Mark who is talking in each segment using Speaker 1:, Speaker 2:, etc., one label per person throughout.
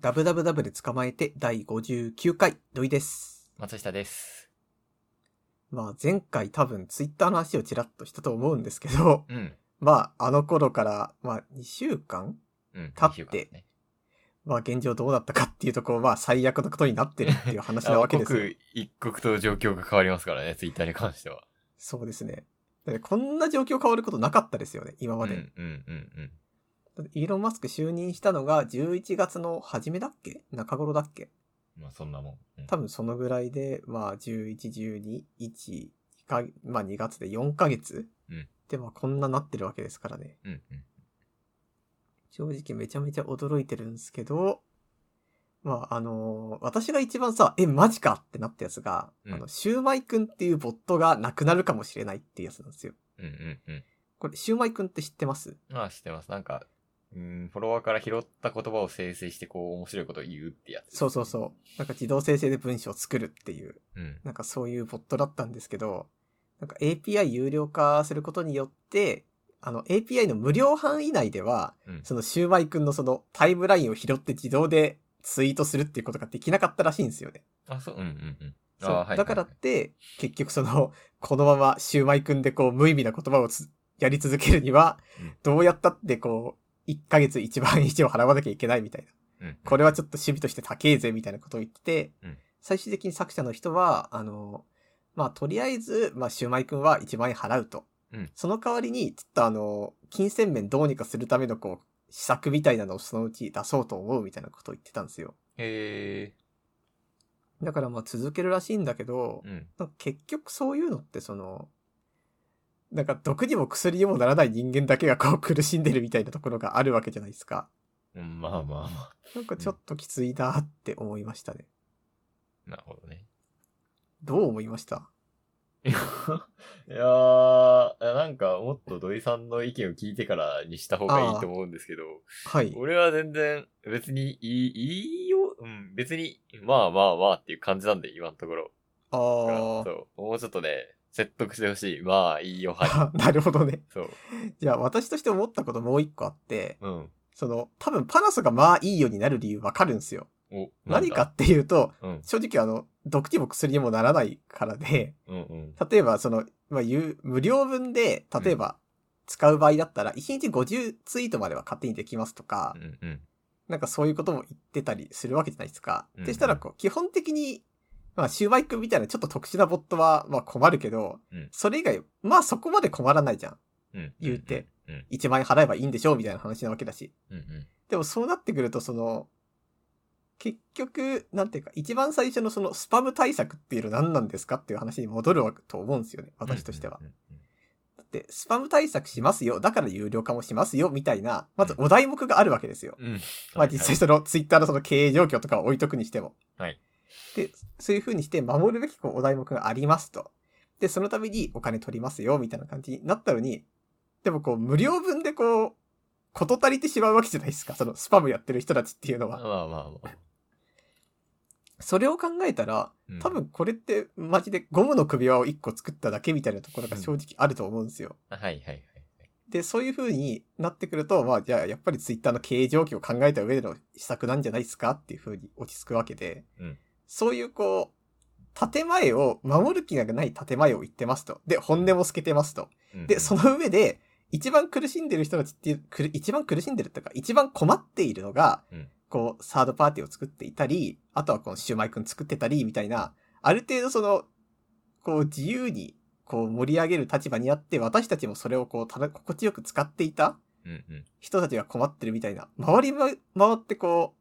Speaker 1: ダブダブダブで捕まえて第59回、土井です。
Speaker 2: 松下です。
Speaker 1: まあ前回多分ツイッターの話をちらっとしたと思うんですけど、
Speaker 2: うん。
Speaker 1: まああの頃から、まあ2週間
Speaker 2: うん。
Speaker 1: 立って
Speaker 2: 二週間ね
Speaker 1: まあ現状どうだったかっていうところは最悪なことになってるっていう 話なわけですよ。
Speaker 2: 刻一刻と状況が変わりますからね、ツイッターに関しては。
Speaker 1: そうですね。だってこんな状況変わることなかったですよね、今
Speaker 2: う
Speaker 1: ま
Speaker 2: んう
Speaker 1: で。
Speaker 2: んうん
Speaker 1: だってイーロン・マスク就任したのが11月の初めだっけ中頃だっけ
Speaker 2: うん。まあそんなもん。うん
Speaker 1: 多分そのぐらいで、まあ、11、12、1、2か、まあ、2月で4ヶ月、
Speaker 2: うん
Speaker 1: で、まあ、こんななってるわけですからね。
Speaker 2: うんうん。
Speaker 1: 正直めちゃめちゃ驚いてるんですけど、まあ、あのー私が一番さ、え、マジかってなったやつが、
Speaker 2: うん
Speaker 1: あの、シューマイくんっていうボットがなくなるかもしれないっていうやつなんですよ。
Speaker 2: うんうんうん。
Speaker 1: これ、シューマイくんって知ってます
Speaker 2: まあ知ってます。なんか、うん、フォロワーから拾った言葉を生成して、こう、面白いことを言うってやつ。
Speaker 1: そうそうそう。なんか自動生成で文章を作るっていう。
Speaker 2: うん。
Speaker 1: なんかそういうボットだったんですけど、なんか API 有料化することによって、あの API の無料範囲内では、
Speaker 2: うん。
Speaker 1: そのシューマイくんのそのタイムラインを拾って自動でツイートするっていうことができなかったらしいんですよね。
Speaker 2: あ、そう、うんうんうん。
Speaker 1: そう
Speaker 2: あはい
Speaker 1: だからっ
Speaker 2: はいはい
Speaker 1: て、結局その、このままシューマイくんでこう無意味な言葉をつやり続けるには
Speaker 2: うん、
Speaker 1: どうやったってこう、1ヶ月1万円以上払わなきゃいけないみたいな。
Speaker 2: うん、
Speaker 1: これはちょっと趣味として高えぜみたいなことを言ってて、
Speaker 2: うん
Speaker 1: 最終的に作者の人は、あの、まあ、とりあえず、まあ、シュウマイくんは1万円払うと。
Speaker 2: うん
Speaker 1: その代わりに、ちょっとあの、金銭面どうにかするためのこう、施策みたいなのをそのうち出そうと思うみたいなことを言ってたんですよ。
Speaker 2: へ
Speaker 1: だからまあ続けるらしいんだけど
Speaker 2: ー。、うん。
Speaker 1: なんか結局そういうのってその、なんか毒にも薬にもならない人間だけがこう苦しんでるみたいなところがあるわけじゃないですか。
Speaker 2: うんまあまあま あ。
Speaker 1: なんかちょっときついなって思いましたね。
Speaker 2: なるほどね。
Speaker 1: どう思いました
Speaker 2: いやいやー、なんかもっと土井さんの意見を聞いてからにした方がいいと思うんですけど、
Speaker 1: はい。
Speaker 2: 俺は全然別にいい、いいよ、うん、別に、まあまあまあっていう感じなんで、今のところ。
Speaker 1: あ
Speaker 2: そ
Speaker 1: ー
Speaker 2: う、もうちょっとね、説得してほしい。まあいいよ、 は
Speaker 1: あ。なるほどね。
Speaker 2: い。そう、
Speaker 1: じゃあ私として思ったこともう一個あって、
Speaker 2: うん。
Speaker 1: その、多分パナソがまあいいよになる理由わかるんですよ。
Speaker 2: お、なん
Speaker 1: 何
Speaker 2: だ
Speaker 1: かっていうと、
Speaker 2: うん、
Speaker 1: 正直あの、毒にも薬にもならないからで、
Speaker 2: うん、うん。
Speaker 1: 例えばその、まあ、言う無料分で、例えば使う場合だったら、1日50ツイートまでは勝手にできますとか、
Speaker 2: うん、うん。
Speaker 1: なんかそういうことも言ってたりするわけじゃないですか。
Speaker 2: うん
Speaker 1: でしたらこう、基本的に、まあ、シューマイ君みたいなちょっと特殊なボットは、まあ困るけど、
Speaker 2: うん
Speaker 1: それ以外、まあそこまで困らないじゃん。
Speaker 2: うん。
Speaker 1: 言うて。
Speaker 2: うん、
Speaker 1: 1万円払えばいいんでしょうみたいな話なわけだし。
Speaker 2: うん、うん。
Speaker 1: でもそうなってくると、その、結局、なんていうか、一番最初のそのスパム対策っていうの何なんですかっていう話に戻るわけと思うんですよね。私としては
Speaker 2: う。ん。うん
Speaker 1: だって、スパム対策しますよ。だから有料化もしますよ。みたいな、まずお題目があるわけですよ。
Speaker 2: うん。うん
Speaker 1: まあ実際、そのツイッターのその経営状況とかを置いとくにしても。
Speaker 2: はい。
Speaker 1: で、そういう風にして守るべきこうお題目がありますと。で、そのためにお金取りますよ、みたいな感じになったのに、でもこう無料分でこう、こと足りてしまうわけじゃないですか。そのスパムやってる人たちっていうの
Speaker 2: はい
Speaker 1: は。
Speaker 2: まあまあまあ。
Speaker 1: それを考えたら、
Speaker 2: うん
Speaker 1: 多分これってマジでゴムの首輪を1個作っただけみたいなところが正直あると思うんですよ。
Speaker 2: はいはいはい。
Speaker 1: で、そういう風になってくると、まあじゃあやっぱりツイッターの経営状況を考えた上での施策なんじゃないですかっていう風に落ち着くわけで、
Speaker 2: うん
Speaker 1: そういうこう、建前を、守る気がない建前を言ってますと。で、本音も透けてますと。
Speaker 2: うん
Speaker 1: で、そ、の上で、一番苦しんでる人たちっていう、くる一番苦しんでるというか、一番困っているのが、
Speaker 2: うん
Speaker 1: こう、サードパーティーを作っていたり、あとはこのシューマイくん作ってたり、みたいな、ある程度その、こう、自由に、こう、盛り上げる立場にあって、私たちもそれをこう、ただ、心地よく使っていた
Speaker 2: うん、うん。
Speaker 1: 人たちが困ってるみたいな、回りま回ってこう、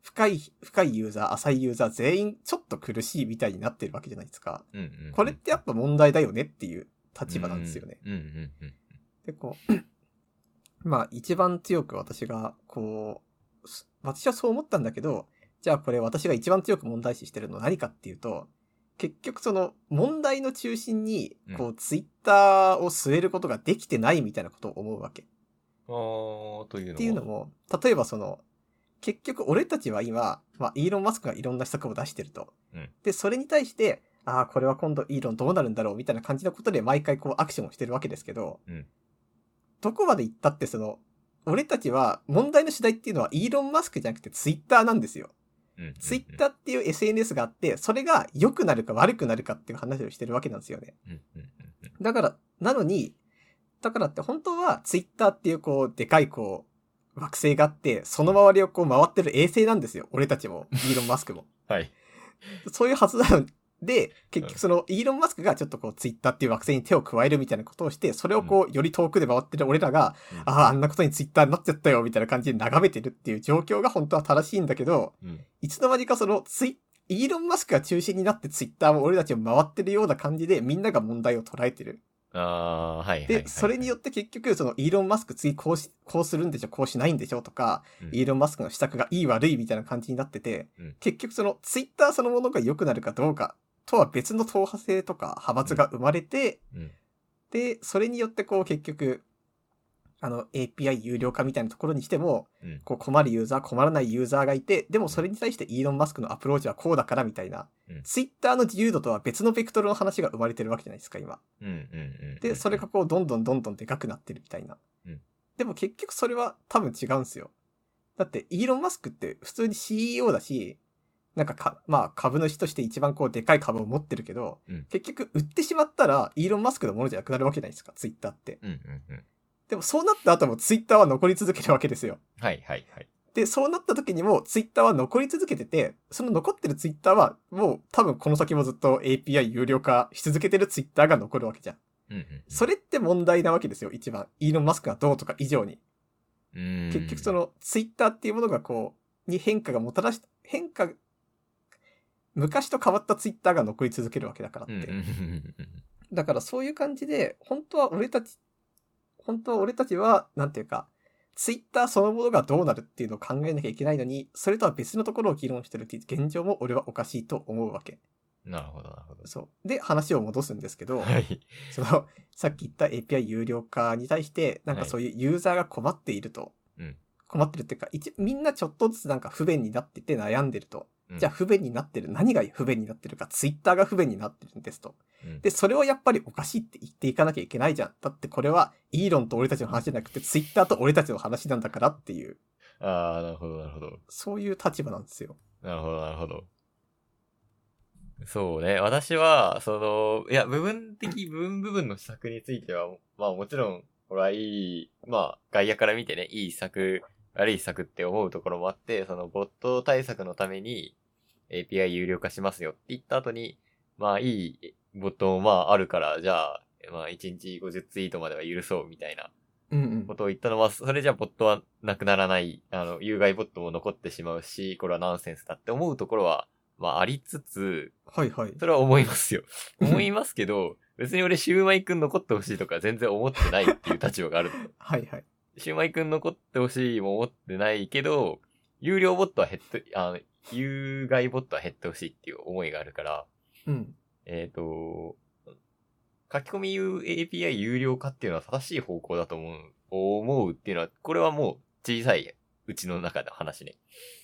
Speaker 1: 深い、深いユーザー、浅いユーザー、全員ちょっと苦しいみたいになってるわけじゃないですか。
Speaker 2: うんうんうん
Speaker 1: これってやっぱ問題だよねっていう立場なんですよね。。
Speaker 2: うんうんうん
Speaker 1: で、こう、 まあ一番強く私が、こう、す私はそう思ったんだけど、じゃあこれ私が一番強く問題視してるのは何かっていうと、結局その問題の中心に、こう、ツイッターを据えることができてないみたいなことを思うわけ。
Speaker 2: うん。ああ、というのは
Speaker 1: っていうの。も、例えばその、結局俺たちは今、まあ、イーロン・マスクがいろんな施策を出してると。
Speaker 2: うん
Speaker 1: で、それに対して、ああ、これは今度イーロンどうなるんだろうみたいな感じのことで毎回こうアクションをしてるわけですけど、
Speaker 2: うん
Speaker 1: どこまで行ったってその、俺たちは問題の主題っていうのはイーロン・マスクじゃなくてツイッターなんですよ。
Speaker 2: うん。
Speaker 1: ツイッターっていう SNS があって、それが良くなるか悪くなるかっていう話をしてるわけなんですよね。
Speaker 2: うんうんうん
Speaker 1: だから、なのに、だからって本当はツイッターっていうこう、でかいこう、惑星があって、その周りをこう回ってる衛星なんですよ。俺たち も、イーロン・マスクも。
Speaker 2: はい。
Speaker 1: そういうはずなので、結局そのイーロン・マスクがちょっとこうツイッターっていう惑星に手を加えるみたいなことをして、それをこうより遠くで回ってる俺らが、
Speaker 2: うん
Speaker 1: ああ、あんなことにツイッターになっちゃったよみたいな感じで眺めてるっていう状況が本当は正しいんだけど、
Speaker 2: うん。
Speaker 1: いつの間にかそのツイイーロン・マスクが中心になってツイッターも俺たちを回ってるような感じでみんなが問題を捉えてる。
Speaker 2: ああー、はいはいはいはい。
Speaker 1: で、それによって結局そのイーロン・マスク次こうし、こうするんでしょ、こうしないんでしょとか、
Speaker 2: うん、
Speaker 1: イーロン・マスクの施策がいい悪いみたいな感じになってて、
Speaker 2: うん
Speaker 1: 結局そのツイッターそのものが良くなるかどうかとは別の党派性とか派閥が生まれて、
Speaker 2: うん
Speaker 1: で、それによってこう結局、あの API 有料化みたいなところにしても、
Speaker 2: うん
Speaker 1: こう困るユーザー、困らないユーザーがいて、でもそれに対してイーロン・マスクのアプローチはこうだからみたいな、
Speaker 2: うん
Speaker 1: ツイッターの自由度とは別のベクトルの話が生まれてるわけじゃないですか、今。
Speaker 2: うんうんうん。
Speaker 1: で、それがこう、どんどんどんどんでかくなってるみたいな。
Speaker 2: うん
Speaker 1: でも結局それは多分違うんですよ。だって、イーロン・マスクって普通に CEO だし、なんかか、まあ株主として一番こう、でかい株を持ってるけど、
Speaker 2: うん
Speaker 1: 結局売ってしまったら、イーロン・マスクのものじゃなくなるわけじゃないですか、ツイッターって。
Speaker 2: うんうんうん。
Speaker 1: でもそうなった後もツイッターは残り続けるわけですよ。
Speaker 2: はいはいはい。
Speaker 1: で、そうなった時にもツイッターは残り続けてて、その残ってるツイッターはもう多分この先もずっと API 有料化し続けてるツイッターが残るわけじゃん。
Speaker 2: うんうんうん。
Speaker 1: それって問題なわけですよ、一番。イーロン・マスクがどうとか以上に。
Speaker 2: 結
Speaker 1: 結局そ、の、ツイッターっていうものがこう、に変化がもたらし、変化、昔と変わったツイッターが残り続けるわけだからっ
Speaker 2: うんうんうん
Speaker 1: て。
Speaker 2: うん
Speaker 1: だからそういう感じで、本当は俺たち、本当は俺たちは、なんていうか、ツイッターそのものがどうなるっていうのを考えなきゃいけないのに、それとは別のところを議論してるっていう現状も俺はおかしいと思うわけ。
Speaker 2: うんなるほどなるほど。
Speaker 1: そう。で、話を戻すんですけど、
Speaker 2: はい。
Speaker 1: その、さっき言った API 有料化に対して、なんか
Speaker 2: はい
Speaker 1: そういうユーザーが困っていると。
Speaker 2: うん
Speaker 1: 困ってるっていうか、一、みんなちょっとずつなんか不便になってて悩んでると。
Speaker 2: うん
Speaker 1: じゃあ、不便になってる、何が不便になってるか、ツイッターが不便になってるんですと。
Speaker 2: うん
Speaker 1: で、それをやっぱりおかしいって言っていかなきゃいけないじゃん。だってこれは、イーロンと俺たちの話じゃなくて、ツイッターと俺たちの話なんだからっていう、
Speaker 2: ああ、なるほどなるほど。
Speaker 1: そういう立場なんですよ。
Speaker 2: なるほど、なるほど。そうね。私は、その、いや、部分的、部分部分の施策については、まあもちろん、これはいい、まあ外野から見てね、いい施策、悪い施策って思うところもあって、そのボット対策のために API 有料化しますよって言った後に、まあいいボットもまああるから、じゃあ、まあ1日50ツイートまでは許そうみたいな
Speaker 1: うんう
Speaker 2: こ
Speaker 1: ん。
Speaker 2: とを言ったのは、それじゃボットはなくならない、あの、有害ボットも残ってしまうし、これはナンセンスだって思うところは、まあありつつ、
Speaker 1: はいはい。
Speaker 2: それは思いますよ。思いますけど、別に俺シューマイくん残ってほしいとか全然思ってないっていう立場がある。
Speaker 1: はいはい。
Speaker 2: シューマイくん残ってほしいも思ってないけど、有料ボットは減って、あの、有害ボットは減ってほしいっていう思いがあるから、
Speaker 1: うん。
Speaker 2: えっ、と、書き込み API 有料化っていうのは正しい方向だと思う、思うっていうのは、これはもう小さいうちの中の話ね。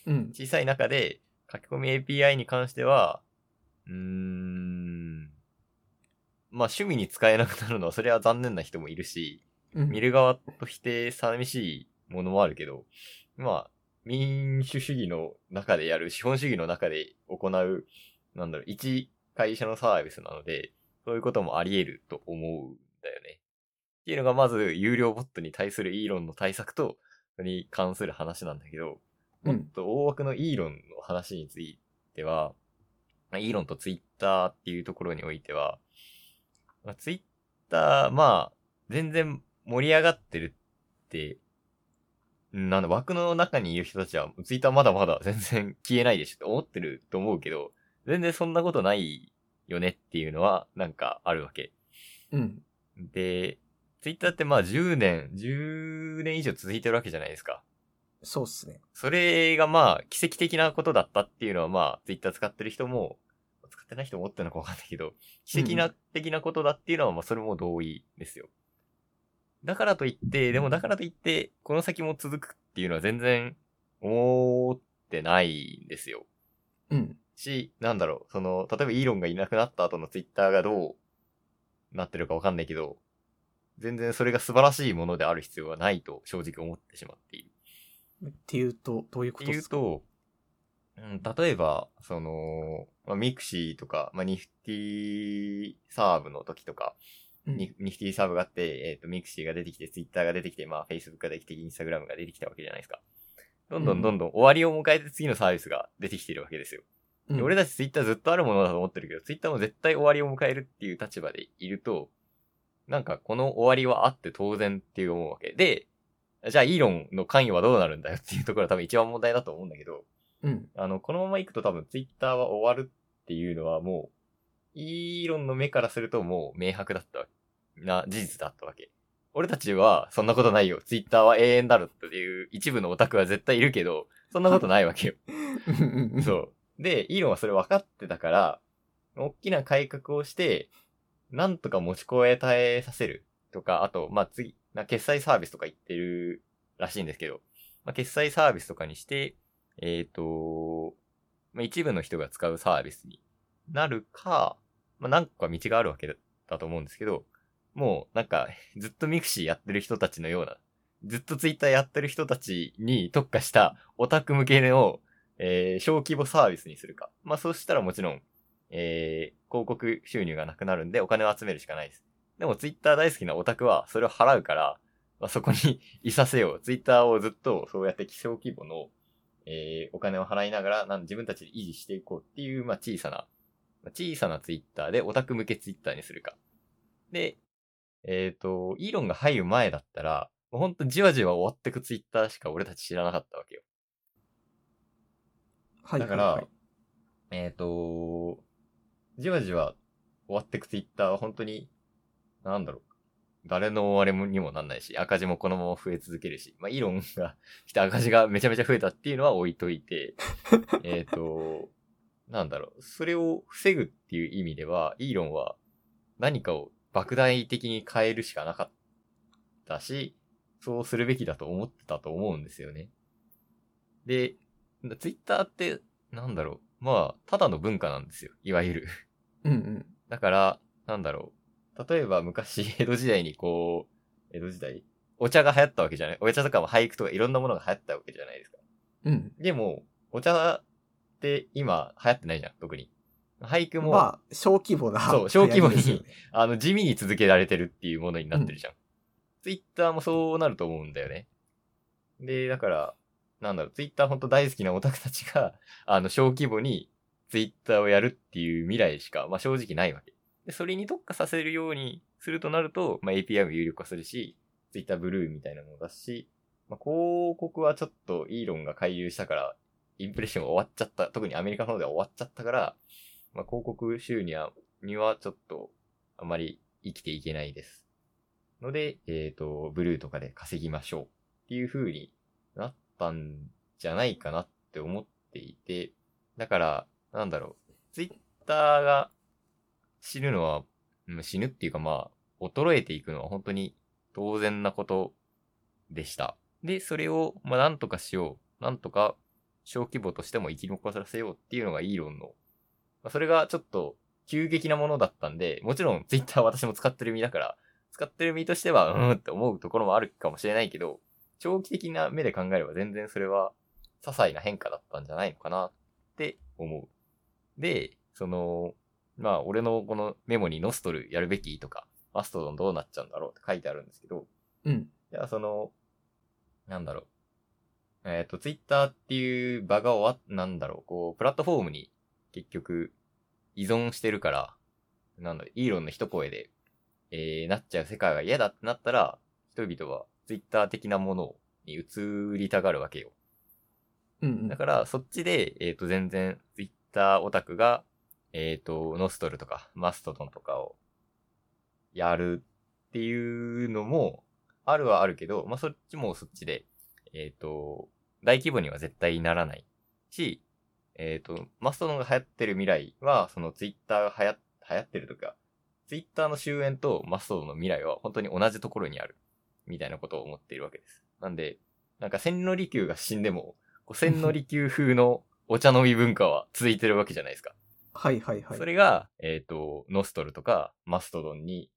Speaker 1: うん。
Speaker 2: 小さい中で書き込み API に関しては、うーん、まあ趣味に使えなくなるのはそれは残念な人もいるし、
Speaker 1: うん
Speaker 2: 見る側として寂しいものもあるけど、まあ、民主主義の中でやる、資本主義の中で行う、なんだろう、一会社のサービスなので、そういうこともあり得ると思うんだよね。っていうのがまず、有料ボットに対するイーロンの対策と、それに関する話なんだけど、
Speaker 1: う
Speaker 2: もっ
Speaker 1: ん。
Speaker 2: と大枠のイーロンの話については、まあイーロンとツイッターっていうところにおいては、まあ、ツイッター、まあ、全然盛り上がってるって、うんなんだ、枠の中にいる人たちは、ツイッターまだまだ 全然消えないでしょって思ってると思うけど、全然そんなことないよねっていうのは、なんかあるわけ。
Speaker 1: うん。
Speaker 2: で、ツイッターってまあ10年、10年以上続いてるわけじゃないですか。
Speaker 1: そうっすね。
Speaker 2: それがまあ、奇跡的なことだったっていうのはまあ、ツイッター使ってる人も、使ってない人も思ってるのかわかんないけど、奇跡な、的なことだっていうのはまあ、それも同意ですよ。だからといって、でもだからといって、この先も続くっていうのは全然、思ってないんですよ。
Speaker 1: うん。
Speaker 2: し、なんだろう、その、例えばイーロンがいなくなった後のツイッターがどうなってるかわかんないけど、全然それが素晴らしいものである必要はないと正直思ってしまっている。
Speaker 1: っていうと、どういう
Speaker 2: っ
Speaker 1: こ
Speaker 2: て
Speaker 1: と
Speaker 2: い
Speaker 1: で
Speaker 2: う
Speaker 1: すか
Speaker 2: と、うん、例えば、その、まあ、ミクシーとか、まあ、ニフティサーブの時とか、
Speaker 1: うん
Speaker 2: ニニフティサーブがあって、えっ、と、ミクシーが出てきて、ツイッターが出てきて、まあ、フェイスブックが出てきて、インスタグラムが出てきたわけじゃないですか。どんどんどんどん終わりを迎えて次のサービスが出てきているわけですよ。
Speaker 1: うん
Speaker 2: で俺たちツイッターずっとあるものだと思ってるけど、ツイッターも絶対終わりを迎えるっていう立場でいると、なんかこの終わりはあって当然っていう思うわけ。で、じゃあイーロンの関与はどうなるんだよっていうところが多分一番問題だと思うんだけど、
Speaker 1: うん。
Speaker 2: あの、このまま行くと多分ツイッターは終わるっていうのはもう、イーロンの目からするともう明白だったわけな、事実だったわけ。俺たちはそんなことないよ。ツイッターは永遠だろっていう一部のオタクは絶対いるけど、そんなことないわけよ。
Speaker 1: うんうん
Speaker 2: そう。で、イーロンはそれ分かってたから、大きな改革をして、なんとか持ちこえ耐えさせるとか、あと、まあ、次、な決済サービスとか言ってるらしいんですけど、まあ、決済サービスとかにして、えっ、と、まあ、一部の人が使うサービスになるか、まあ、何個か道があるわけだだと思うんですけど、もう、なんか、ずっとミクシーやってる人たちのような、ずっとツイッターやってる人たちに特化したオタク向けの、えー小規模サービスにするか。まあ、そうしたらもちろん、えー広告収入がなくなるんでお金を集めるしかないです。でも、ツイッター大好きなオタクはそれを払うから、まあ、そこに いさせよう。ツイッターをずっとそうやって小規模の、えーお金を払いながらなん自分たちで維持していこうっていう、まあ、小さな、まあ小さなツイッターでオタク向けツイッターにするか。で、えっ、と、イーロンが入る前だったら、もうほんとじわじわ終わってくツイッターしか俺たち知らなかったわけよ。
Speaker 1: はい。
Speaker 2: だから、えっ、と、じわじわ終わってくツイッターは本当に、なんだろう。誰の終わりにもなんないし、赤字もこのまま増え続けるし、まあ、イーロンが来て赤字がめちゃめちゃ増えたっていうのは置いといて、えっと、なんだろう。それを防ぐっていう意味では、イーロンは何かを莫大的に変えるしかなかったし、そうするべきだと思ってたと思うんですよね。で、ツイッターってなんだろう。まあ、ただの文化なんですよ。いわゆる。
Speaker 1: うんうん。
Speaker 2: だから、なんだろう。例えば昔、 江戸時代にこう、江戸時代お茶が流行ったわけじゃない。お茶とかも俳句とかいろんなものが流行ったわけじゃないですか。
Speaker 1: うん。
Speaker 2: でも、お茶って今流行ってないじゃん、特に。俳句も、
Speaker 1: まあ、小規模な。
Speaker 2: そう小規模に
Speaker 1: 流行りですよね
Speaker 2: あの、地味に続けられてるっていうものになってるじゃん。ツイッターもそうなると思うんだよね。で、だから、なんだろう、ツイッターほんと大好きなオタクたちが、 あの、小規模にツイッターをやるっていう未来しか、まあ正直ないわけ。で、それに特化させるようにするとなると、まあ API も有力化するし、ツイッターブルーみたいなものだし、まあ広告はちょっとイーロンが介入したから、インプレッションが終わっちゃった。特にアメリカの方では終わっちゃったから、まあ広告収入はにはちょっとあまり生きていけないです。ので、えっ、と、ブルーとかで稼ぎましょうっていう風になったんじゃないかなって思っていて、だから、なんだろう、ツイッターが死ぬのは、うん死ぬっていうかまあ、衰えていくのは本当に当然なことでした。で、それを、まあ、なんとかしよう。なんとか、小規模としても生き残らせようっていうのがイーロンの。まあ、それがちょっと、急激なものだったんで、もちろんツイッター私も使ってる身だから、使ってる身としては、うーんって思うところもあるかもしれないけど、長期的な目で考えれば全然それは、些細な変化だったんじゃないのかなって思う。で、その、まあ、俺のこのメモにノストルやるべきとか、マストドンどうなっちゃうんだろうって書いてあるんですけど、
Speaker 1: うん。
Speaker 2: じゃあその、なんだろう。えっ、と、ツイッターっていう場が終わっ、なんだろう、こう、プラットフォームに結局依存してるから、なんだろう、イーロンの一声で、えー、なっちゃう世界が嫌だってなったら、人々はツイッター的なものに移りたがるわけよ。
Speaker 1: うんうん
Speaker 2: だから、そっちで、えっ、と、全然、ツイッターオタクが、えっ、と、ノストルとか、マストドンとかを、やるっていうのも、あるはあるけど、まあ、そっちもそっちで、えっ、と、大規模には絶対ならないし、えっ、と、マストドンが流行ってる未来は、そのツイッターが流行流行ってるとか、ツイッターの終焉とマストドンの未来は本当に同じところにある、みたいなことを思っているわけです。なんで、なんか千利休が死んでも、こう千利休風のお茶飲み文化は続いてるわけじゃないですか。
Speaker 1: はいはいはい。
Speaker 2: それが、えっ、と、ノストルとかマストドンに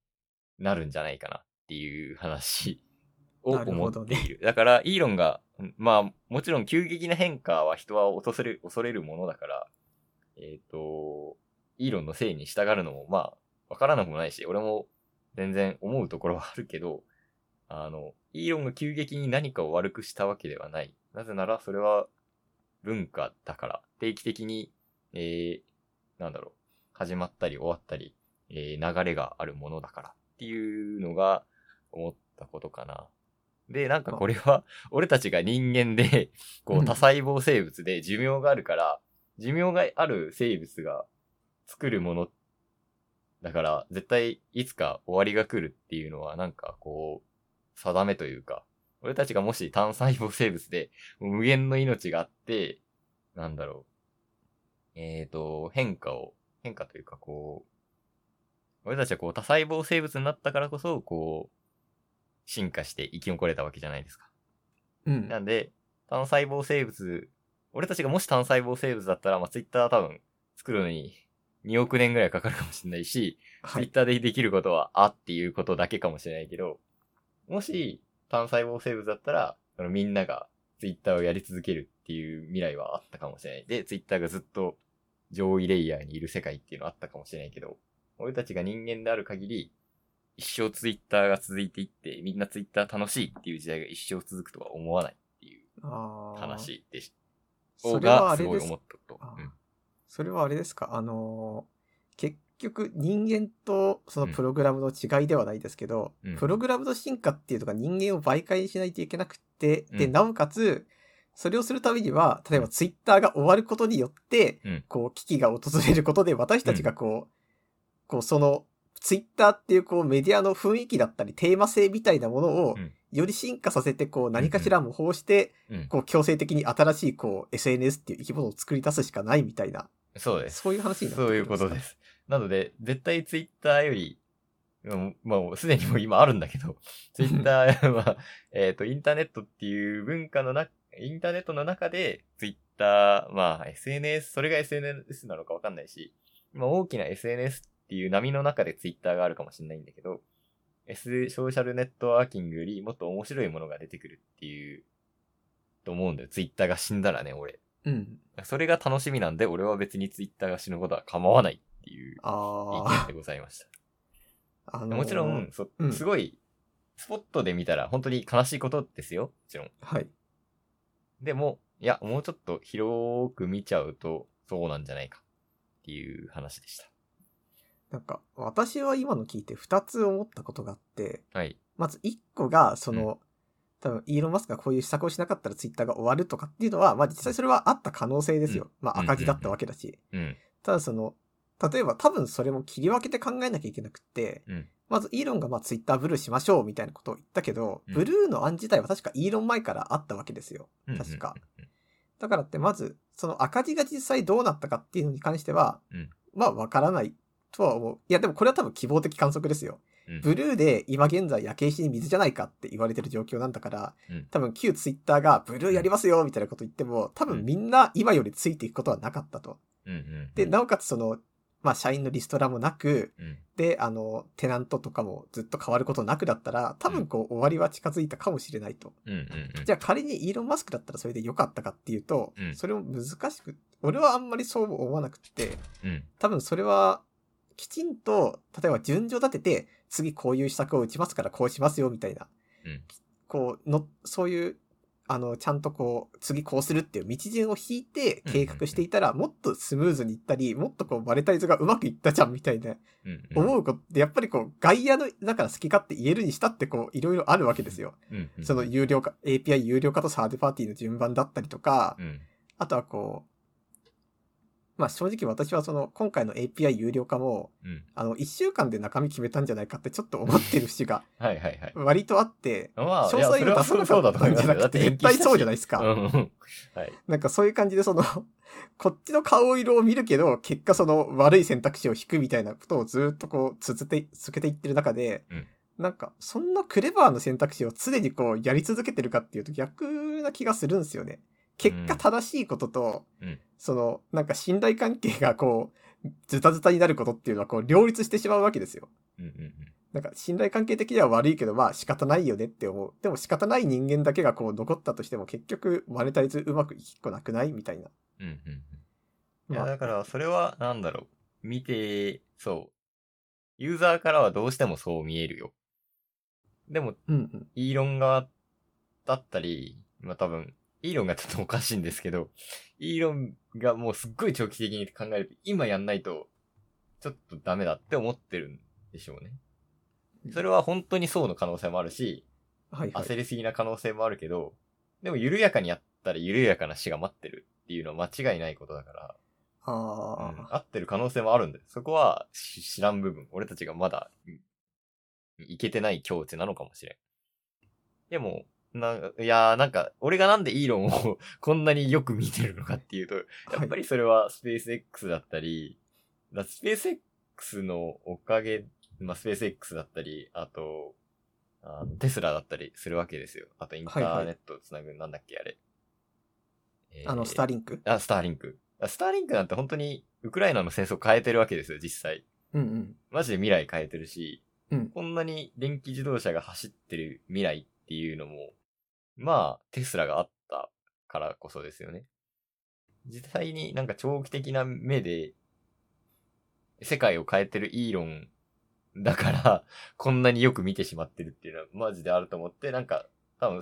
Speaker 2: なるんじゃないかなっっていう 話を
Speaker 1: なる
Speaker 2: 思
Speaker 1: ほ
Speaker 2: っ
Speaker 1: ど
Speaker 2: て
Speaker 1: ね
Speaker 2: いる。だから、イーロンが、まあ、もちろん急激な変化は人は恐れる、恐れるものだから、えっ、と、イーロンのせいに従うのも、まあ、わからなくもないし、俺も全然思うところはあるけど、あの、イーロンが急激に何かを悪くしたわけではない。なぜなら、それは文化だから、定期的に、えー、なんだろう、始まったり終わったり、えー流れがあるものだからっていうのが思ったことかな。で、なんかこれは、 俺たちが人間で、こ
Speaker 1: う
Speaker 2: う、
Speaker 1: ん
Speaker 2: 多細胞生物で寿命があるから、寿命がある生物が作るものだから、絶対いつか終わりが来るっていうのは、なんかこう、定めというか、俺たちがもし単細胞生物で、もう無限の命があって、なんだろう。えっ、と、変化を、変化というかこう、俺たちはこう多細胞生物になったからこそ、こう、進化して生き残れたわけじゃないですか。
Speaker 1: うん。
Speaker 2: なんで、単細胞生物、俺たちがもし単細胞生物だったら、まあ、ツイッター多分作るのに2億年ぐらいかかるかもしれないし、
Speaker 1: は
Speaker 2: ツイッ
Speaker 1: い。
Speaker 2: ターでできることは、あっていうことだけかもしれないけど、もし、単細胞生物だったら、そのみんながツイッターをやり続けるっていう未来はあったかもしれない。で、ツイッターがずっと上位レイヤーにいる世界っていうのはあったかもしれないけど、俺たちが人間である限り、一生ツイッターが続いていって、みんなツイッター楽しいっていう時代が一生続くとは思わないっていう
Speaker 1: あー。
Speaker 2: 話でし
Speaker 1: それは
Speaker 2: が
Speaker 1: あ
Speaker 2: す
Speaker 1: れ
Speaker 2: ごい
Speaker 1: です
Speaker 2: 思ったと。
Speaker 1: あ
Speaker 2: うん
Speaker 1: それはあれですかあのー結局人間とそのプログラムの違いではないですけど、
Speaker 2: うん
Speaker 1: プログラムの進化っていうのが人間を媒介しないといけなくて、
Speaker 2: う
Speaker 1: で、
Speaker 2: ん
Speaker 1: なおかつ、それをするためには、例えばツイッターが終わることによって、
Speaker 2: うん
Speaker 1: こう危機が訪れることで私たちがこう、こうそのツイッターっていうこうメディアの雰囲気だったりテーマ性みたいなものを
Speaker 2: うん
Speaker 1: より進化させてこう何かしら模倣して
Speaker 2: うん。
Speaker 1: こう強制的に新しいこう SNS っていう生き物を作り出すしかないみたいな
Speaker 2: そうです。
Speaker 1: そういう話になってく
Speaker 2: そうい
Speaker 1: る
Speaker 2: う
Speaker 1: で
Speaker 2: んこ
Speaker 1: すか
Speaker 2: とです。なので、絶対ツイッターより、うんまあ、もうすでにもう今あるんだけ ど、ツイッターは、えっと、インターネットっていう文化のな、インターネットの中で、ツイッター、まあ、SNS、それが SNS なのかわかんないし、今大きな SNS っていう波の中でツイッターがあるかもしれないんだけど、S、ソーシャルネットワーキングよりもっと面白いものが出てくるっていう、と思うんだよ。ツイッターが死んだらね、俺。
Speaker 1: うん。
Speaker 2: それが楽しみなんで、俺は別にツイッターが死ぬことは構わないっていう意
Speaker 1: あ
Speaker 2: 見でございました。
Speaker 1: あ。あのー
Speaker 2: もちろん、、そ
Speaker 1: うん
Speaker 2: すごい、スポットで見たら本当に悲しいことですよ、もちろん。
Speaker 1: はい。
Speaker 2: でも、いや、もうちょっと広く見ちゃうと、そうなんじゃないかっていう話でした。
Speaker 1: なんか、私は今の聞いて2つ思ったことがあって、
Speaker 2: はい。
Speaker 1: まず1個が、その、多分、イーロン・マスクがこういう施策をしなかったらツイッターが終わるとかっていうのは、まあ実際それはあった可能性ですよ。まあ赤字だったわけだし。
Speaker 2: うん。
Speaker 1: ただその、例えば多分それも切り分けて考えなきゃいけなくって、
Speaker 2: うん
Speaker 1: まずイーロンがまあツイッターブルーしましょうみたいなことを言ったけど、
Speaker 2: うん
Speaker 1: ブルーの案自体は確かイーロン前からあったわけですよ。
Speaker 2: うん
Speaker 1: 確か。
Speaker 2: うん
Speaker 1: だからってまず、その赤字が実際どうなったかっていうのに関しては、
Speaker 2: うん
Speaker 1: まあわからないとは思う。いやでもこれは多分希望的観測ですよ。
Speaker 2: うんうん
Speaker 1: ブルーで今現在焼け石に水じゃないかって言われてる状況なんだから、
Speaker 2: うん
Speaker 1: 多分旧ツイッターがブルーやりますよみたいなこと言っても、多分みんな今よりついていくことはなかったと。
Speaker 2: うんうん。
Speaker 1: で、なおかつその、まあ社員のリストラもなく、
Speaker 2: うん、
Speaker 1: で、あの、テナントとかもずっと変わることなくだったら、多分こう終わりは近づいたかもしれないと。
Speaker 2: うんうんうん。
Speaker 1: じゃあ仮にイーロン・マスクだったらそれで良かったかっていうと、
Speaker 2: うん
Speaker 1: それも難しく、俺はあんまりそう思わなくって、
Speaker 2: うん。
Speaker 1: 多分それは、きちんと、例えば順序立てて、次こういう施策を打ちますからこうしますよみたいな、
Speaker 2: うん
Speaker 1: こうの、そういう、あの、ちゃんとこう、次こうするっていう道順を引いて計画していたら、もっとスムーズにいったり、もっとこう、マネタイズがうまくいったじゃんみたいな、
Speaker 2: うん。
Speaker 1: 思うことって、やっぱりこう、外野の、だから好き勝手言えるにしたって、こう、いろいろあるわけですよ。
Speaker 2: うん。うん
Speaker 1: その、有料化、API 有料化とサードパーティーの順番だったりとか
Speaker 2: う、ん。
Speaker 1: あとはこう、まあ正直私はその今回の API 有料化も、
Speaker 2: うん。
Speaker 1: あの1週間で中身決めたんじゃないかってちょっと思ってる節が
Speaker 2: はいはいはい。
Speaker 1: 割とあって、
Speaker 2: ま
Speaker 1: 詳
Speaker 2: あ、いやそ
Speaker 1: 細
Speaker 2: れ
Speaker 1: を
Speaker 2: は
Speaker 1: 出さなかったんじゃなくて絶対そうじゃないいです か。
Speaker 2: うんうん。はい。
Speaker 1: なんかそういう感じでその、 こっちの顔色を見るけど、結果その悪い選択肢を引くみたいなことをずっとこう続けて、続けていってる中で、
Speaker 2: うん
Speaker 1: なんかそんなクレバーな選択肢を常にこうやり続けてるかっていうと逆な気がするんですよね。結果正しいことと、
Speaker 2: うん
Speaker 1: そのなんか信頼関係がこう、ズタズタになることっていうのはこう両立してしまうわけですよ。
Speaker 2: うんうんうん。
Speaker 1: なんか信頼関係的には悪いけど、まあ仕方ないよねって思う。でも仕方ない人間だけがこう残ったとしても結局マネタイズうまくいきっこなくないみたいな。
Speaker 2: うんうんうん。いや、
Speaker 1: まあ
Speaker 2: だから、それは、なんだろう。見て、そう。ユーザーからはどうしてもそう見えるよ。でも、
Speaker 1: うんうん。
Speaker 2: イーロン側だったり、まあ多分、イーロンがちょっとおかしいんですけど、イーロンがもうすっごい長期的に考えると、今やんないと、ちょっとダメだって思ってるんでしょうね。それは本当にそうの可能性もあるし、
Speaker 1: はいはい。
Speaker 2: 焦りすぎな可能性もあるけど、でも緩やかにやったら緩やかな死が待ってるっていうのは間違いないことだから、
Speaker 1: あ
Speaker 2: うん
Speaker 1: あ、
Speaker 2: 合ってる可能性もあるんだよ。そこはし知らん部分。俺たちがまだ、うんいけてない境地なのかもしれん。でも、な、いやーなんか、俺がなんでイーロンを こんなによく見てるのかっていうと、やっぱ
Speaker 1: はい。
Speaker 2: りそれはスペース X だったり、だスペース X のおかげ、まあ、スペース X だったり、あと、あのテスラだったりするわけですよ。あとインターネットつなぐ、なんだっけ、あれ。え
Speaker 1: あの、スターリンク
Speaker 2: あ、スターリンク。あスターリンクなんて本当にウクライナの戦争を変えてるわけですよ、実際。
Speaker 1: うんうん。
Speaker 2: マジで未来変えてるし、
Speaker 1: うん
Speaker 2: こんなに電気自動車が走ってる未来っていうのも、まあ、テスラがあったからこそですよね。実際になんか長期的な目で、世界を変えてるイーロンだから、こんなによく見てしまってるっていうのはマジであると思って、なんか、多分、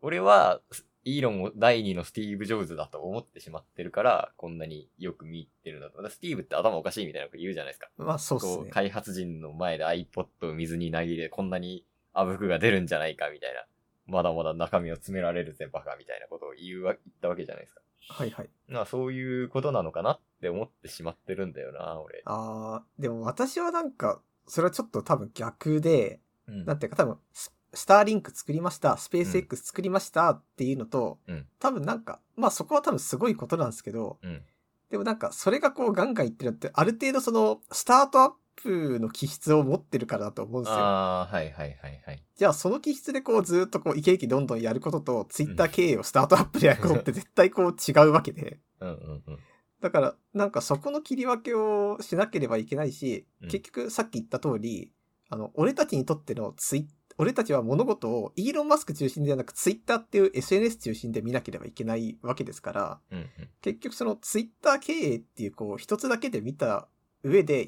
Speaker 2: 俺は、イーロンを第二のスティーブ・ジョブズだと思ってしまってるから、こんなによく見てるんだと。だからスティーブって頭おかしいみたいなこと言うじゃないですか。
Speaker 1: まあそうっす
Speaker 2: こう
Speaker 1: ね。
Speaker 2: 開発人の前で iPod を水に投げ入れ、こんなにあぶくが出るんじゃないかみたいな。まだまだ中身を詰められるぜ、バカみたいなことを言うわ、言ったわけじゃないですか。
Speaker 1: はいはい。
Speaker 2: まあ、そういうことなのかなって思ってしまってるんだよな、俺。
Speaker 1: ああ、でも私はなんか、それはちょっと多分逆で、
Speaker 2: うん
Speaker 1: なんていうか多分ス、スターリンク作りました、スペース X 作りましたっていうのと、
Speaker 2: うん
Speaker 1: 多分なんか、まあそこは多分すごいことなんですけど、
Speaker 2: うん
Speaker 1: でもなんかそれがこうガンガンいってるのって、ある程度その、スタートアップの気質を持ってるからだと思うんですよ。
Speaker 2: ああ、はいはいはいはい。
Speaker 1: じゃあその気質でこうずっとこうイケイケどんどんやることと、ツイッター経営をスタートアップでやることって絶対こう違うわけ で。
Speaker 2: うんうんうん。
Speaker 1: だから、なんかそこの切り分けをしなければいけないし、
Speaker 2: うん
Speaker 1: 結局さっき言った通り、あの、俺たちにとってのツイ俺たちは物事をイーロン・マスク中心ではなくツイッターっていう SNS 中心で見なければいけないわけですから、
Speaker 2: うんうん。
Speaker 1: 結局そのツイッター経営っていうこう一つだけで見た上で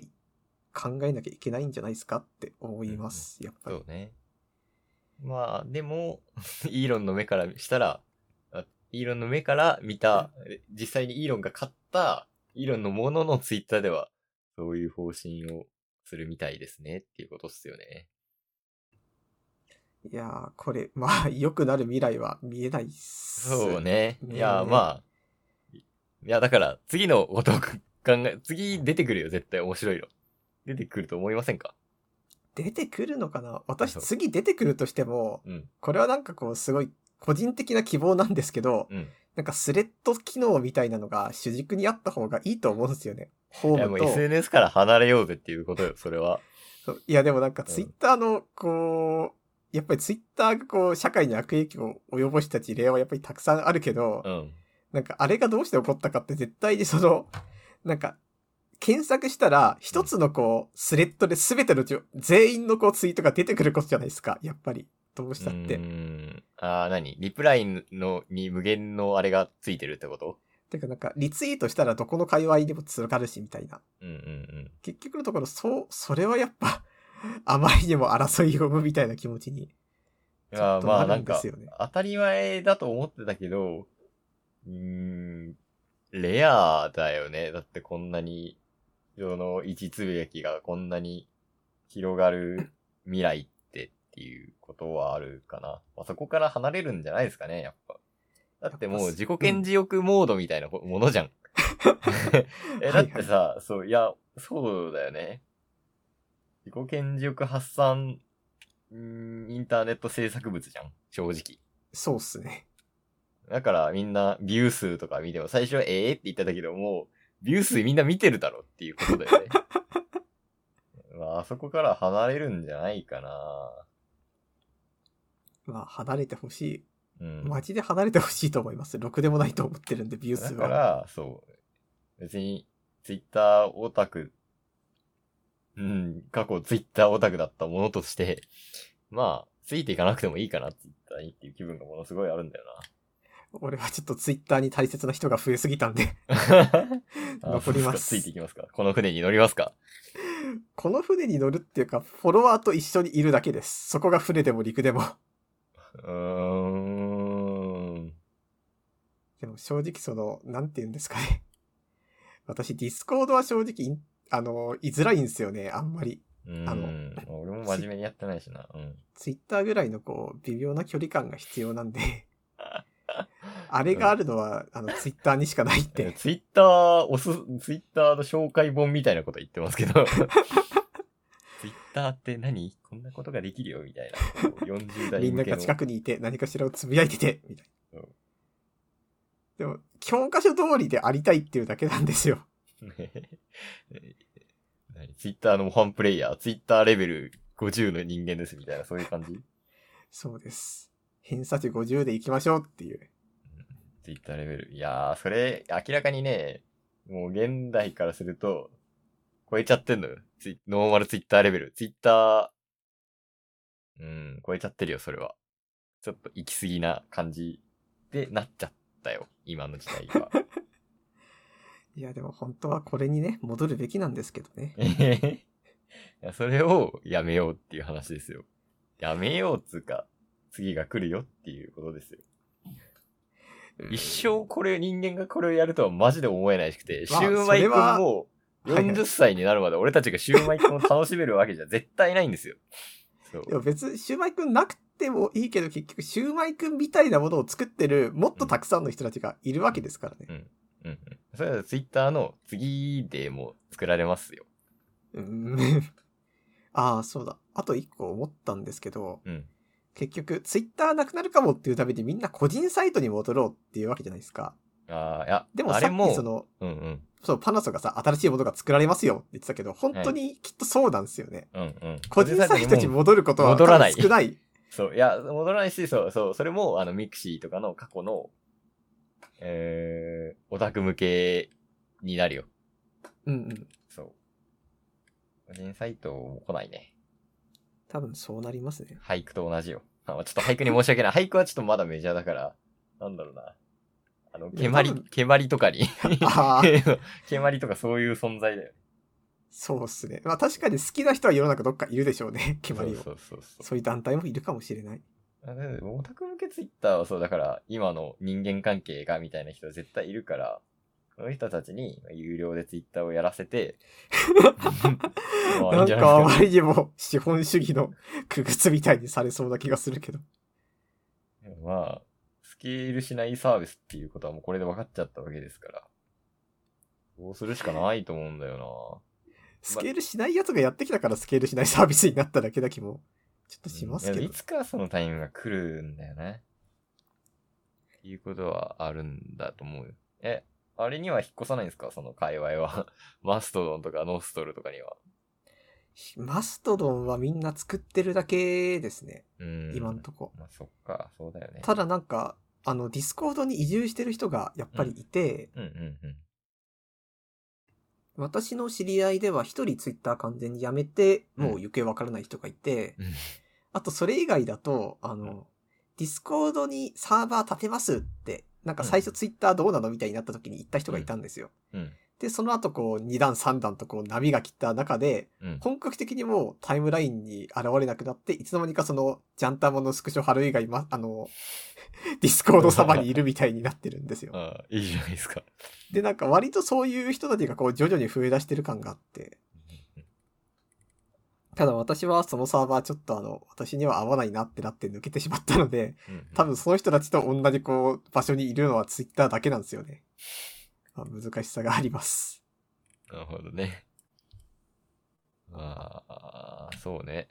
Speaker 1: 考えなきゃいけないんじゃないですかって思います、やっぱ
Speaker 2: そ
Speaker 1: り。
Speaker 2: うね。まあ、でも、 イーロンの目からしたら、あイーロンの目から見た、実際にイーロンが買った、イーロンのもののツイッターでは、そういう方針をするみたいですね、っていうことっすよね。
Speaker 1: いやー、これ、まあ、良くなる未来は見えないっす。
Speaker 2: そう。ね。
Speaker 1: ね
Speaker 2: いや、まあ。いや、だから、次のことを考え、次出てくるよ、絶対面白いの。出てくると思いませんか
Speaker 1: 出てくるのかな私
Speaker 2: そう
Speaker 1: 次出てくるとしても、
Speaker 2: うん。
Speaker 1: これはなんかこうすごい個人的な希望なんですけど、
Speaker 2: うん。
Speaker 1: なんかスレッド機能みたいなのが主軸にあった方がいいと思うんですよね。ホ
Speaker 2: いや、
Speaker 1: ーム
Speaker 2: もう
Speaker 1: と。そう
Speaker 2: SNS から離れようぜっていうことよ、それは。
Speaker 1: いやでもなんかツイッターのこう、やっぱりツイッターがこう社会に悪影響を及ぼした事例はやっぱりたくさんあるけど、
Speaker 2: うん。
Speaker 1: なんかあれがどうして起こったかって絶対にその、なんか、検索したら一つのこう、スレッドで全てのじょ全員のこうツイートが出てくることじゃないですか。やっぱり。どうしたっ
Speaker 2: うー
Speaker 1: て。
Speaker 2: ん。ああ、何リプライのに無限のあれがついてるってこと
Speaker 1: てかなんか、リツイートしたらどこの界隈にもつがるしみたいな。
Speaker 2: うんうんうん。
Speaker 1: 結局のところ、そう、それはやっぱ、あまりにも争いを生むみたいな気持ちに、
Speaker 2: い
Speaker 1: ちょ
Speaker 2: や
Speaker 1: っ
Speaker 2: ー
Speaker 1: と
Speaker 2: ま
Speaker 1: な
Speaker 2: あな
Speaker 1: るん
Speaker 2: ん
Speaker 1: で
Speaker 2: か
Speaker 1: す、よね。
Speaker 2: 当たり前だと思ってたけど、うーん、レアだよね。だってこんなに、世の一つぶやきがこんなに広がる未来ってっていうことはあるかな。まあ、そこから離れるんじゃないですかね、やっぱ。だってもう自己顕示欲モードみたいなこものじゃん。え、だってさ、そう、いや、そうだよね。自己顕示欲発散、うーんインターネット制作物じゃん、正直。
Speaker 1: そうっすね。
Speaker 2: だからみんなビュー数とか見ても最初はええって言ってたけども、ビュー数みんな見てるだろっていうことだよね。まあ、あそこから離れるんじゃないかな。
Speaker 1: まあ、離れてほしい。
Speaker 2: うん。
Speaker 1: マジで離れてほしいと思います。ろくでもないと思ってるんで、ビュー
Speaker 2: だ
Speaker 1: 数
Speaker 2: か
Speaker 1: は。
Speaker 2: ら、そう。別に、ツイッターオタクうん、過去ツイッターオタクだったものとして、まあ、ついていかなくてもいいかな、ツイッターにっていう気分がものすごいあるん だよ
Speaker 1: 俺はちょっとツイッターに大切な人が増えすぎたんで、
Speaker 2: な。あ
Speaker 1: 残ります
Speaker 2: そうでかついていきますかこの船に乗りますか
Speaker 1: この船に乗るっていうか、フォロワーと一緒にいるだけです。そこが船でも陸でも。
Speaker 2: うーん。
Speaker 1: でも正直その、なんて言うんですかね。私、ディスコードは正直いん、あの、居づらいんですよね、あんまり。
Speaker 2: うん
Speaker 1: あの
Speaker 2: 俺も真面目にやってないしな。うん。
Speaker 1: ツイッターぐらいのこう、微妙な距離感が必要なん で。あれがあるのは、あの、ツイッターにしかないっ
Speaker 2: え
Speaker 1: て。
Speaker 2: ツイッター、おす、ツイッターの紹介本みたいなこと言ってます けど。ツイッターって何こんなことができるよみたいな。こう40代
Speaker 1: みんな
Speaker 2: 向け
Speaker 1: が
Speaker 2: の。
Speaker 1: 近くにいて何かしらをつぶやいてて、みたいな
Speaker 2: うん。に。
Speaker 1: でも、教科書通りでありたいっていうだけなんですよ。
Speaker 2: 何ツイッターの模範プレイヤー、ツイッターレベル50の人間ですみたいな、そういう感じ
Speaker 1: そうです。偏差値50で行きましょうっていう。
Speaker 2: ツイッターレベル。いやー、それ、明らかにね、もう現代からすると、超えちゃってんのよ。ツイノーマルツイッターレベル。ツイッター、うん、超えちゃってるよ、それは。ちょっと行き過ぎな感じでなっちゃったよ、今の時代は。
Speaker 1: いや、でも本当はこれにね、戻るべきなんですけどね。
Speaker 2: えへへいやそれをやめようっていう話ですよ。やめようっつうか、次が来るよっていうことですよ。一生これ、人間がこれをやるとはマジで思えないしくて、シ
Speaker 1: まあ
Speaker 2: ュウマイ
Speaker 1: それ
Speaker 2: 君
Speaker 1: は
Speaker 2: も
Speaker 1: はいはい
Speaker 2: 40歳になるまで俺たちがシュウマイ君を楽しめるわけじゃ絶対ないんですよ。そう
Speaker 1: で。も別にシューマイくんなくてもいいけど、結局シューマイくんみたいなものを作ってる、もっとたくさんの人たちがいるわけですからね。
Speaker 2: うんうん。それはツイッターの次でも作られますよ。
Speaker 1: うーん。 ああ、そうだ。あと一個思ったんですけど、
Speaker 2: うん。
Speaker 1: 結局、ツイッターなくなるかもっていうためにみんな個人サイトに戻ろうっていうわけじゃないですか。
Speaker 2: ああ、いや、
Speaker 1: でも
Speaker 2: あ
Speaker 1: さ
Speaker 2: れ
Speaker 1: っきそ
Speaker 2: も、
Speaker 1: の、
Speaker 2: うんうん。
Speaker 1: そう、パナソがさ、新しいものが作られますよって言ってたけど、本当にきっとそうなんですよね。
Speaker 2: うんうん。
Speaker 1: 個人サイトに戻ることは
Speaker 2: 戻らない
Speaker 1: 多分少ない。
Speaker 2: そう、いや、戻らないし、そう、そう、それも、あの、ミクシーとかの過去の、えー、オタク向けになるよ。
Speaker 1: うんうん。
Speaker 2: そう。個人サイトも来ないね。
Speaker 1: 多分そうなります ね。
Speaker 2: 俳句と同じよ。あちょっと俳句に申し訳ない。俳句はちょっとまだメジャーだから、なんだろうな。あの、
Speaker 1: や
Speaker 2: 蹴まり
Speaker 1: 多分、
Speaker 2: 蹴まりとかに。
Speaker 1: ああ、
Speaker 2: 蹴まりとかそういう存在だよ。
Speaker 1: そうっすね。まあ確かに好きな人は世の中どっかいるでしょうね。決まりを。
Speaker 2: そうそうそうそう
Speaker 1: そういう団体もいるかもしれない。
Speaker 2: あでもオタク向けツイッターはそう、だから、今の人間関係がみたいな人は絶対いるから、その人たちに有料でツイッターをやらせて、 まあいい
Speaker 1: なんん
Speaker 2: じゃ
Speaker 1: かあ
Speaker 2: ないです
Speaker 1: ま
Speaker 2: か
Speaker 1: りにも資本主義の 区別みたいにされそうな気がするけど。
Speaker 2: まあ、スケールしないサービスっていうことはもうこれで分かっちゃったわけですから。こうするしかないと思うんだよ
Speaker 1: スケールしないやつがやってきたからスケールしないサービスになっただけだけも、ちょっと
Speaker 2: な。
Speaker 1: します
Speaker 2: い
Speaker 1: け
Speaker 2: や
Speaker 1: ど
Speaker 2: い。つかそのタイミングが来るんだよね。っていうことはあるんだと思うよ。え、あれには引っ越さないんですかその界隈は。 マストドンとかノストルとかには。
Speaker 1: マストドンはみんな作ってるだけですね。
Speaker 2: うん。
Speaker 1: 今んとこ。
Speaker 2: まあそっか、そうだよね。
Speaker 1: ただなんか、あの、ディスコードに移住してる人がやっぱりいて、
Speaker 2: うんうんうん。
Speaker 1: 私の知り合いでは一人ツイッター完全にやめて、
Speaker 2: うん
Speaker 1: もう行方わからない人がいて、
Speaker 2: うん
Speaker 1: あとそれ以外だと、あの、ディスコードにサーバー立てますって、なんか最初ツイッターどうなのみたいになった時に言った人がいたんですよ。
Speaker 2: うん。
Speaker 1: で、その後こう、二段三段とこう、波が切った中で、
Speaker 2: うん。
Speaker 1: 本格的にもうタイムラインに現れなくなって、いつの間にかその、ジャンタマのスクショ貼る以外、ま、あの、 ディスコード様にいるみたいになってるんですよ。
Speaker 2: ああ、いいじゃないですか。
Speaker 1: で、なんか割とそういう人たちがこう、徐々に増え出してる感があって、ただ私はそのサーバーちょっとあの、私には合わないなってなって抜けてしまったので、
Speaker 2: うんうん
Speaker 1: 多分その人たちと同じこう、場所にいるのはツイッターだけなんですよね。まあ、難しさがあります。
Speaker 2: なるほどね。まあ、そうね。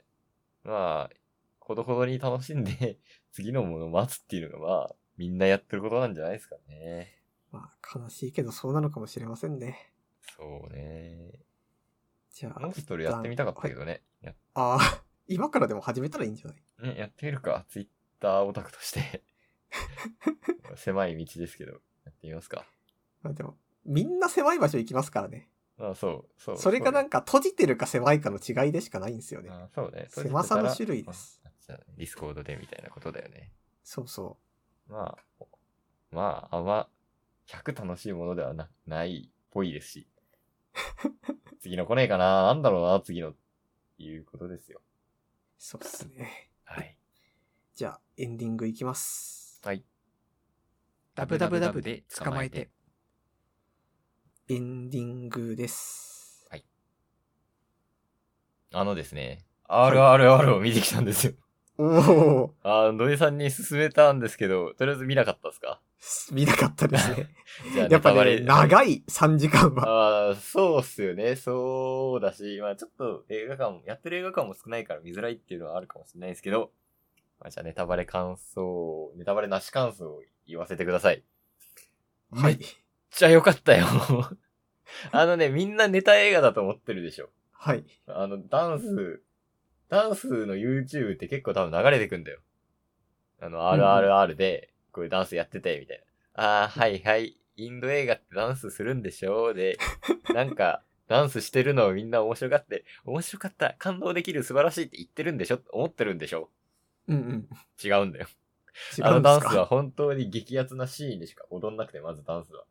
Speaker 2: まあ、ほどほどに楽しんで、 次のものを待つっていうのが、まあ、みんなやってることなんじゃないですかね。
Speaker 1: まあ、悲しいけどそうなのかもしれませんね。
Speaker 2: そうね。
Speaker 1: じゃあ
Speaker 2: モン、ストルやってみたかったけどね。や
Speaker 1: ああ、 今からでも始めたらいいんじゃない
Speaker 2: ね、やってみるか。ツイッターオタク として。狭い道ですけど、やってみますか。
Speaker 1: まあでも、みんな狭い場所行きますからね。
Speaker 2: あそう、そう。
Speaker 1: それが
Speaker 2: う
Speaker 1: な
Speaker 2: だ
Speaker 1: んか閉じてるか狭いかの違いでしかないんですよね。
Speaker 2: あそうね。
Speaker 1: 狭さの種類です
Speaker 2: 閉じてたら。うんディスコードでみたいなことだよね。
Speaker 1: そうそ
Speaker 2: まあ、まあ、あんま、100楽しいものではなないっぽいですし。 次の来ないかななんだろうな次の、いうことです
Speaker 1: う。
Speaker 2: よ。
Speaker 1: そうっすね。
Speaker 2: はい。
Speaker 1: じゃあ、エンディングいきます。
Speaker 2: はい。
Speaker 3: ダブダブダブで捕まえて。
Speaker 1: エンディングです。
Speaker 2: あのですね、RRR を見てきたんですよ。
Speaker 1: おお
Speaker 2: あー、土井さんに勧めたんですけど、とりあえず見なかったですか
Speaker 1: 見なかったです ね。
Speaker 2: じゃあ
Speaker 1: やっぱ
Speaker 2: ネタ
Speaker 1: ね、
Speaker 2: バレ
Speaker 1: 長い3時間は。
Speaker 2: ああ、そうっすよね。そうだし、まあちょっと映画館も、やってる映画館も少ないから見づらいっていうのはあるかもしれないですけど、まあじゃあネタバレ感想、ネタバレなし感想を言わせてください。
Speaker 1: は
Speaker 2: め
Speaker 1: い
Speaker 2: っ。ちゃよかったよ。あのね、みんなネタ映画だと思ってるでしょ。
Speaker 1: はい。
Speaker 2: あの、ダンス、ダンスの YouTube って結構多分流れてくんだよ。あの、
Speaker 1: うん
Speaker 2: RRR で、こういうダンスやってて、みたいな。あー、はいはい。インド映画ってダンスするんでしょ うで、なんか、ダンスしてるのをみんな面白がって、面白かった、感動できる、素晴らしいって言ってるんでしょ思ってるんでしょ
Speaker 1: うんうん。
Speaker 2: 違うんだよ。
Speaker 1: 違
Speaker 2: あ
Speaker 1: う
Speaker 2: の
Speaker 1: んで
Speaker 2: ダ
Speaker 1: す
Speaker 2: ンスは
Speaker 1: か。
Speaker 2: 本当に激アツなシーンでしか踊んなくて、まずダンスは。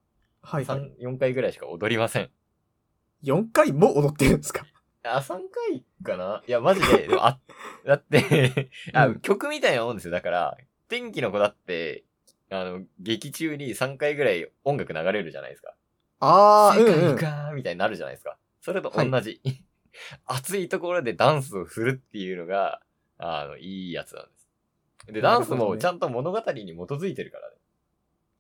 Speaker 1: はい、はい。
Speaker 2: 3、4回ぐらいしか踊りません。
Speaker 1: 4回も踊ってるんですか。
Speaker 2: あ、3回かないや、マジで、でも あ、だって、あ、
Speaker 1: うん
Speaker 2: 曲みたいなもんですよ。だから、天気の子だって、あの、劇中に3回ぐらい音楽流れるじゃないですか。
Speaker 1: ああ、う
Speaker 2: 世
Speaker 1: ん、う
Speaker 2: 界
Speaker 1: ん。
Speaker 2: かーみたいになるじゃないですか。それと同じ。 熱いところでダンスをするっていうのが、あの、いいやつなんです。で、ダンス
Speaker 1: なるほど
Speaker 2: も
Speaker 1: ね
Speaker 2: ちゃんと物語に基づいてるからね。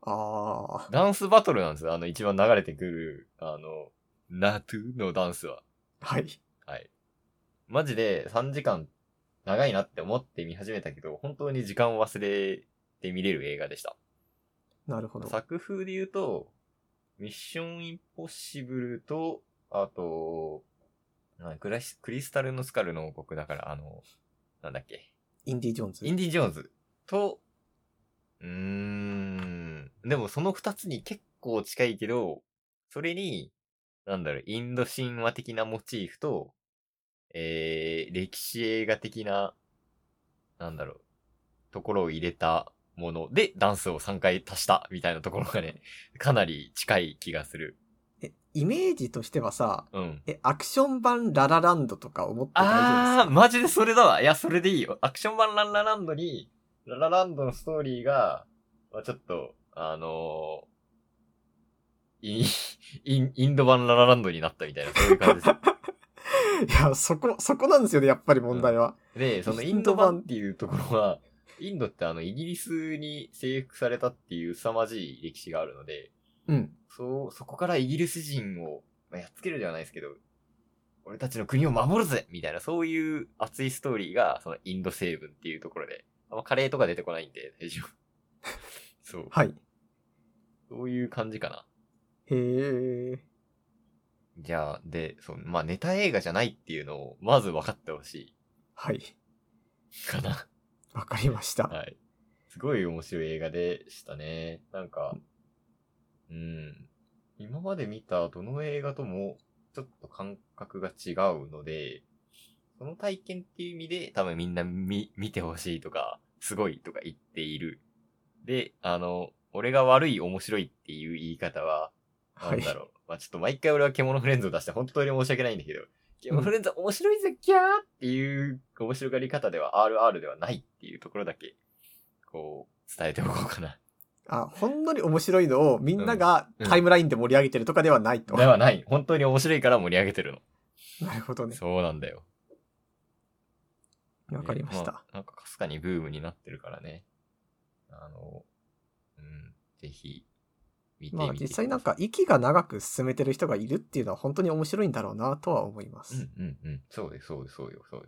Speaker 1: ああ、
Speaker 2: ダンスバトルなんですよ。あの、一番流れてくる、あの、ナトゥのダンスは。
Speaker 1: はい。
Speaker 2: はい。マジで3時間長いなって思って見始めたけど、本当に時間を忘れて見れる映画でした。
Speaker 1: なるほど。
Speaker 2: 作風で言うと、ミッションインポッシブルと、あと、なクラシクリスタルのスカルの王国だから、あの、なんだっけ、
Speaker 1: インディ・ジョーンズ
Speaker 2: イ。ンディ・ジョーンズと、うーん、でもその2つに結構近いけど、それに、なんだろう、インド神話的なモチーフと、えー、歴史映画的な、なんだろう、ところを入れたもので、ダンスを3回足したみたいなところがね、かなり近い気がする。
Speaker 1: え、イメージとしてはさ、
Speaker 2: うん。
Speaker 1: え、アクション版ララランドとか思って大丈
Speaker 2: あー、マジでそれだわ。いや、それでいいよ。アクション版ランラランドに、ララランドのストーリーが、まあ、ちょっと、あのー、イン、 イン、インド版ララランドになったみたいな、そういう感じで
Speaker 1: 夫 ですかいや、そこ、そこなんですよね、やっぱり問題は。
Speaker 2: す。で、そのインド版っていうところは、インドってあの、イギリスに征服されたっていう凄まじい歴史があるので、
Speaker 1: うん。
Speaker 2: そう、そこからイギリス人を、まあ、やっつけるではないですけど、俺たちの国を守るぜみたいな、そういう熱いストーリーが、そのインド成分っていうところで、あんまカレーとか出てこないんで、大丈夫。 そう、
Speaker 1: はい。
Speaker 2: そういう感じかな。
Speaker 1: へえ。
Speaker 2: じゃあ、で、その、まあ、ネタ映画じゃないっていうのを、まず分かってほし
Speaker 1: はい。
Speaker 2: い。かな。
Speaker 1: わかりました。
Speaker 2: はい。すごい面白い映画でしたね。なんか、うん。今まで見たどの映画とも、ちょっと感覚が違うので、その体験っていう意味で、多分みんな見、見てほしいとか、すごいとか言っている。で、あの、俺が悪い面白いっていう言い方は、な
Speaker 1: は
Speaker 2: ん
Speaker 1: い。
Speaker 2: だろう。まあちょっと毎回俺は獣フレンズを出して本当に申し訳ないんだけど、獣フレンズ面白いぜ、キャーっていう面白がり方では RR ではないっていうところだけ、こう、伝えておこう かな。
Speaker 1: あ、ほんのり面白いのをみんながタイムラインで盛り上げてるとかではないと。
Speaker 2: ではない。本当に面白いから盛り上げてる
Speaker 1: なるほど
Speaker 2: の。
Speaker 1: ね。
Speaker 2: そうなんだよ。
Speaker 1: わかりました。
Speaker 2: あなんかかすかにブームになってるからね。あの、うん、ぜひ、見てみてくだ
Speaker 1: ま
Speaker 2: さい。
Speaker 1: あ実際なんか息が長く進めてる人がいるっていうのは本当に面白いんだろうなとは思いま
Speaker 2: う
Speaker 1: す。
Speaker 2: んうんうん。そうです、そうです、そうよ、そうよ。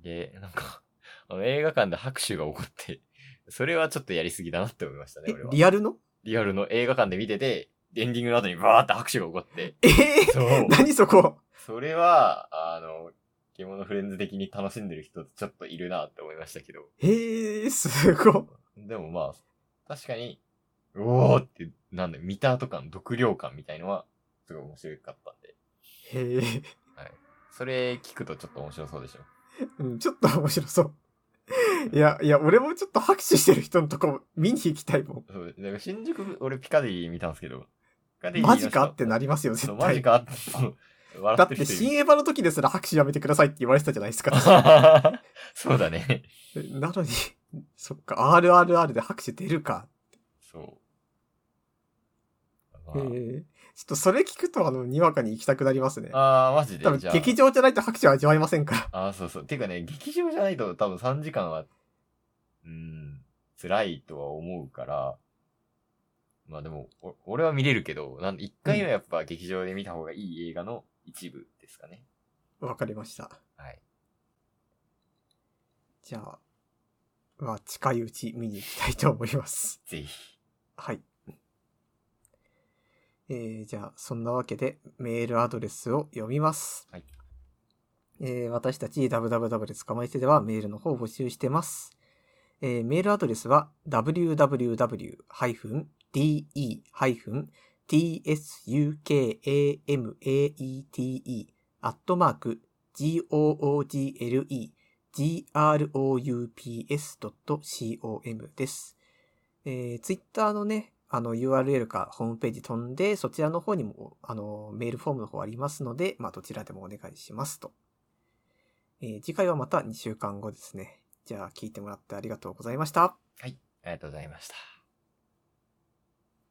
Speaker 2: で、なんか、 あの映画館で拍手が起こって、 それはちょっとやりすぎだなって思いましたね、
Speaker 1: え
Speaker 2: 俺、は。
Speaker 1: リアルの
Speaker 2: リアルの映画館で見てて、エンディングの後にバーって拍手が起こって、
Speaker 1: ええ
Speaker 2: そ う。
Speaker 1: 何そこ
Speaker 2: それは、あの、獣フレンズ的に楽しんでる人ちょっといるなって思いましたけど、
Speaker 1: ええすごい。
Speaker 2: でもまあ、確かに、うおーって、なんだよ、見た後感、独量感みたいのは、すごい面白かったんで、
Speaker 1: へえ。
Speaker 2: それ聞くとちょっと面白そうでしょ。
Speaker 1: うん、ちょっと面白そう。いや、いや、俺もちょっと拍手してる人のとこ見に行きたいもん。
Speaker 2: そう、なんか新宿、俺ピカデリー見たんですけど、ピカデリーの
Speaker 1: マ
Speaker 2: 人
Speaker 1: ジかってなりますよ、絶
Speaker 2: そう
Speaker 1: 対。
Speaker 2: マジかって、そう笑
Speaker 1: だっ
Speaker 2: って
Speaker 1: て
Speaker 2: る人い
Speaker 1: 新
Speaker 2: る。
Speaker 1: エヴァの時ですら拍手やめてくださいって言われてたじゃない ですか。
Speaker 2: そうだね。
Speaker 1: なのに、そっか、RRR で拍手出るか。
Speaker 2: そう。
Speaker 1: へ
Speaker 2: ま
Speaker 1: えちょっとそれ聞くと、あの、にわかに行きたくなりますね。
Speaker 2: あ、あーマジで。
Speaker 1: 多分
Speaker 2: じゃあ
Speaker 1: 劇場じゃないと拍手は味わえませんから。
Speaker 2: ああ、そうそう。てかね、劇場じゃないと多分3時間は、うーん、辛いとは思うから、まあでも、お俺は見れるけど、なん1回はやっぱ劇場で見た方がいい映画の一部ですかね。
Speaker 1: わかりました。
Speaker 2: はい。
Speaker 1: じゃあ、まあ、近いうち見に行きたいと思います。
Speaker 2: ぜひ。
Speaker 1: はい。えー、じゃあ、そんなわけでメールアドレスを読みます。
Speaker 2: はい
Speaker 1: えー、私たち www で捕まえてではメールの方を募集してます。えー、メールアドレスは www-de-tsukamate アットマーク google-groups.com です。えー、ツイッターのね、あの URL かホームページ飛んで、そちらの方にも、あの、メールフォームの方ありますので、まあ、どちらでもお願いしますと。えー次回はまた2週間後ですね。じゃあ、聞いてもらってありがとうございました。
Speaker 2: はい。ありがとうございました。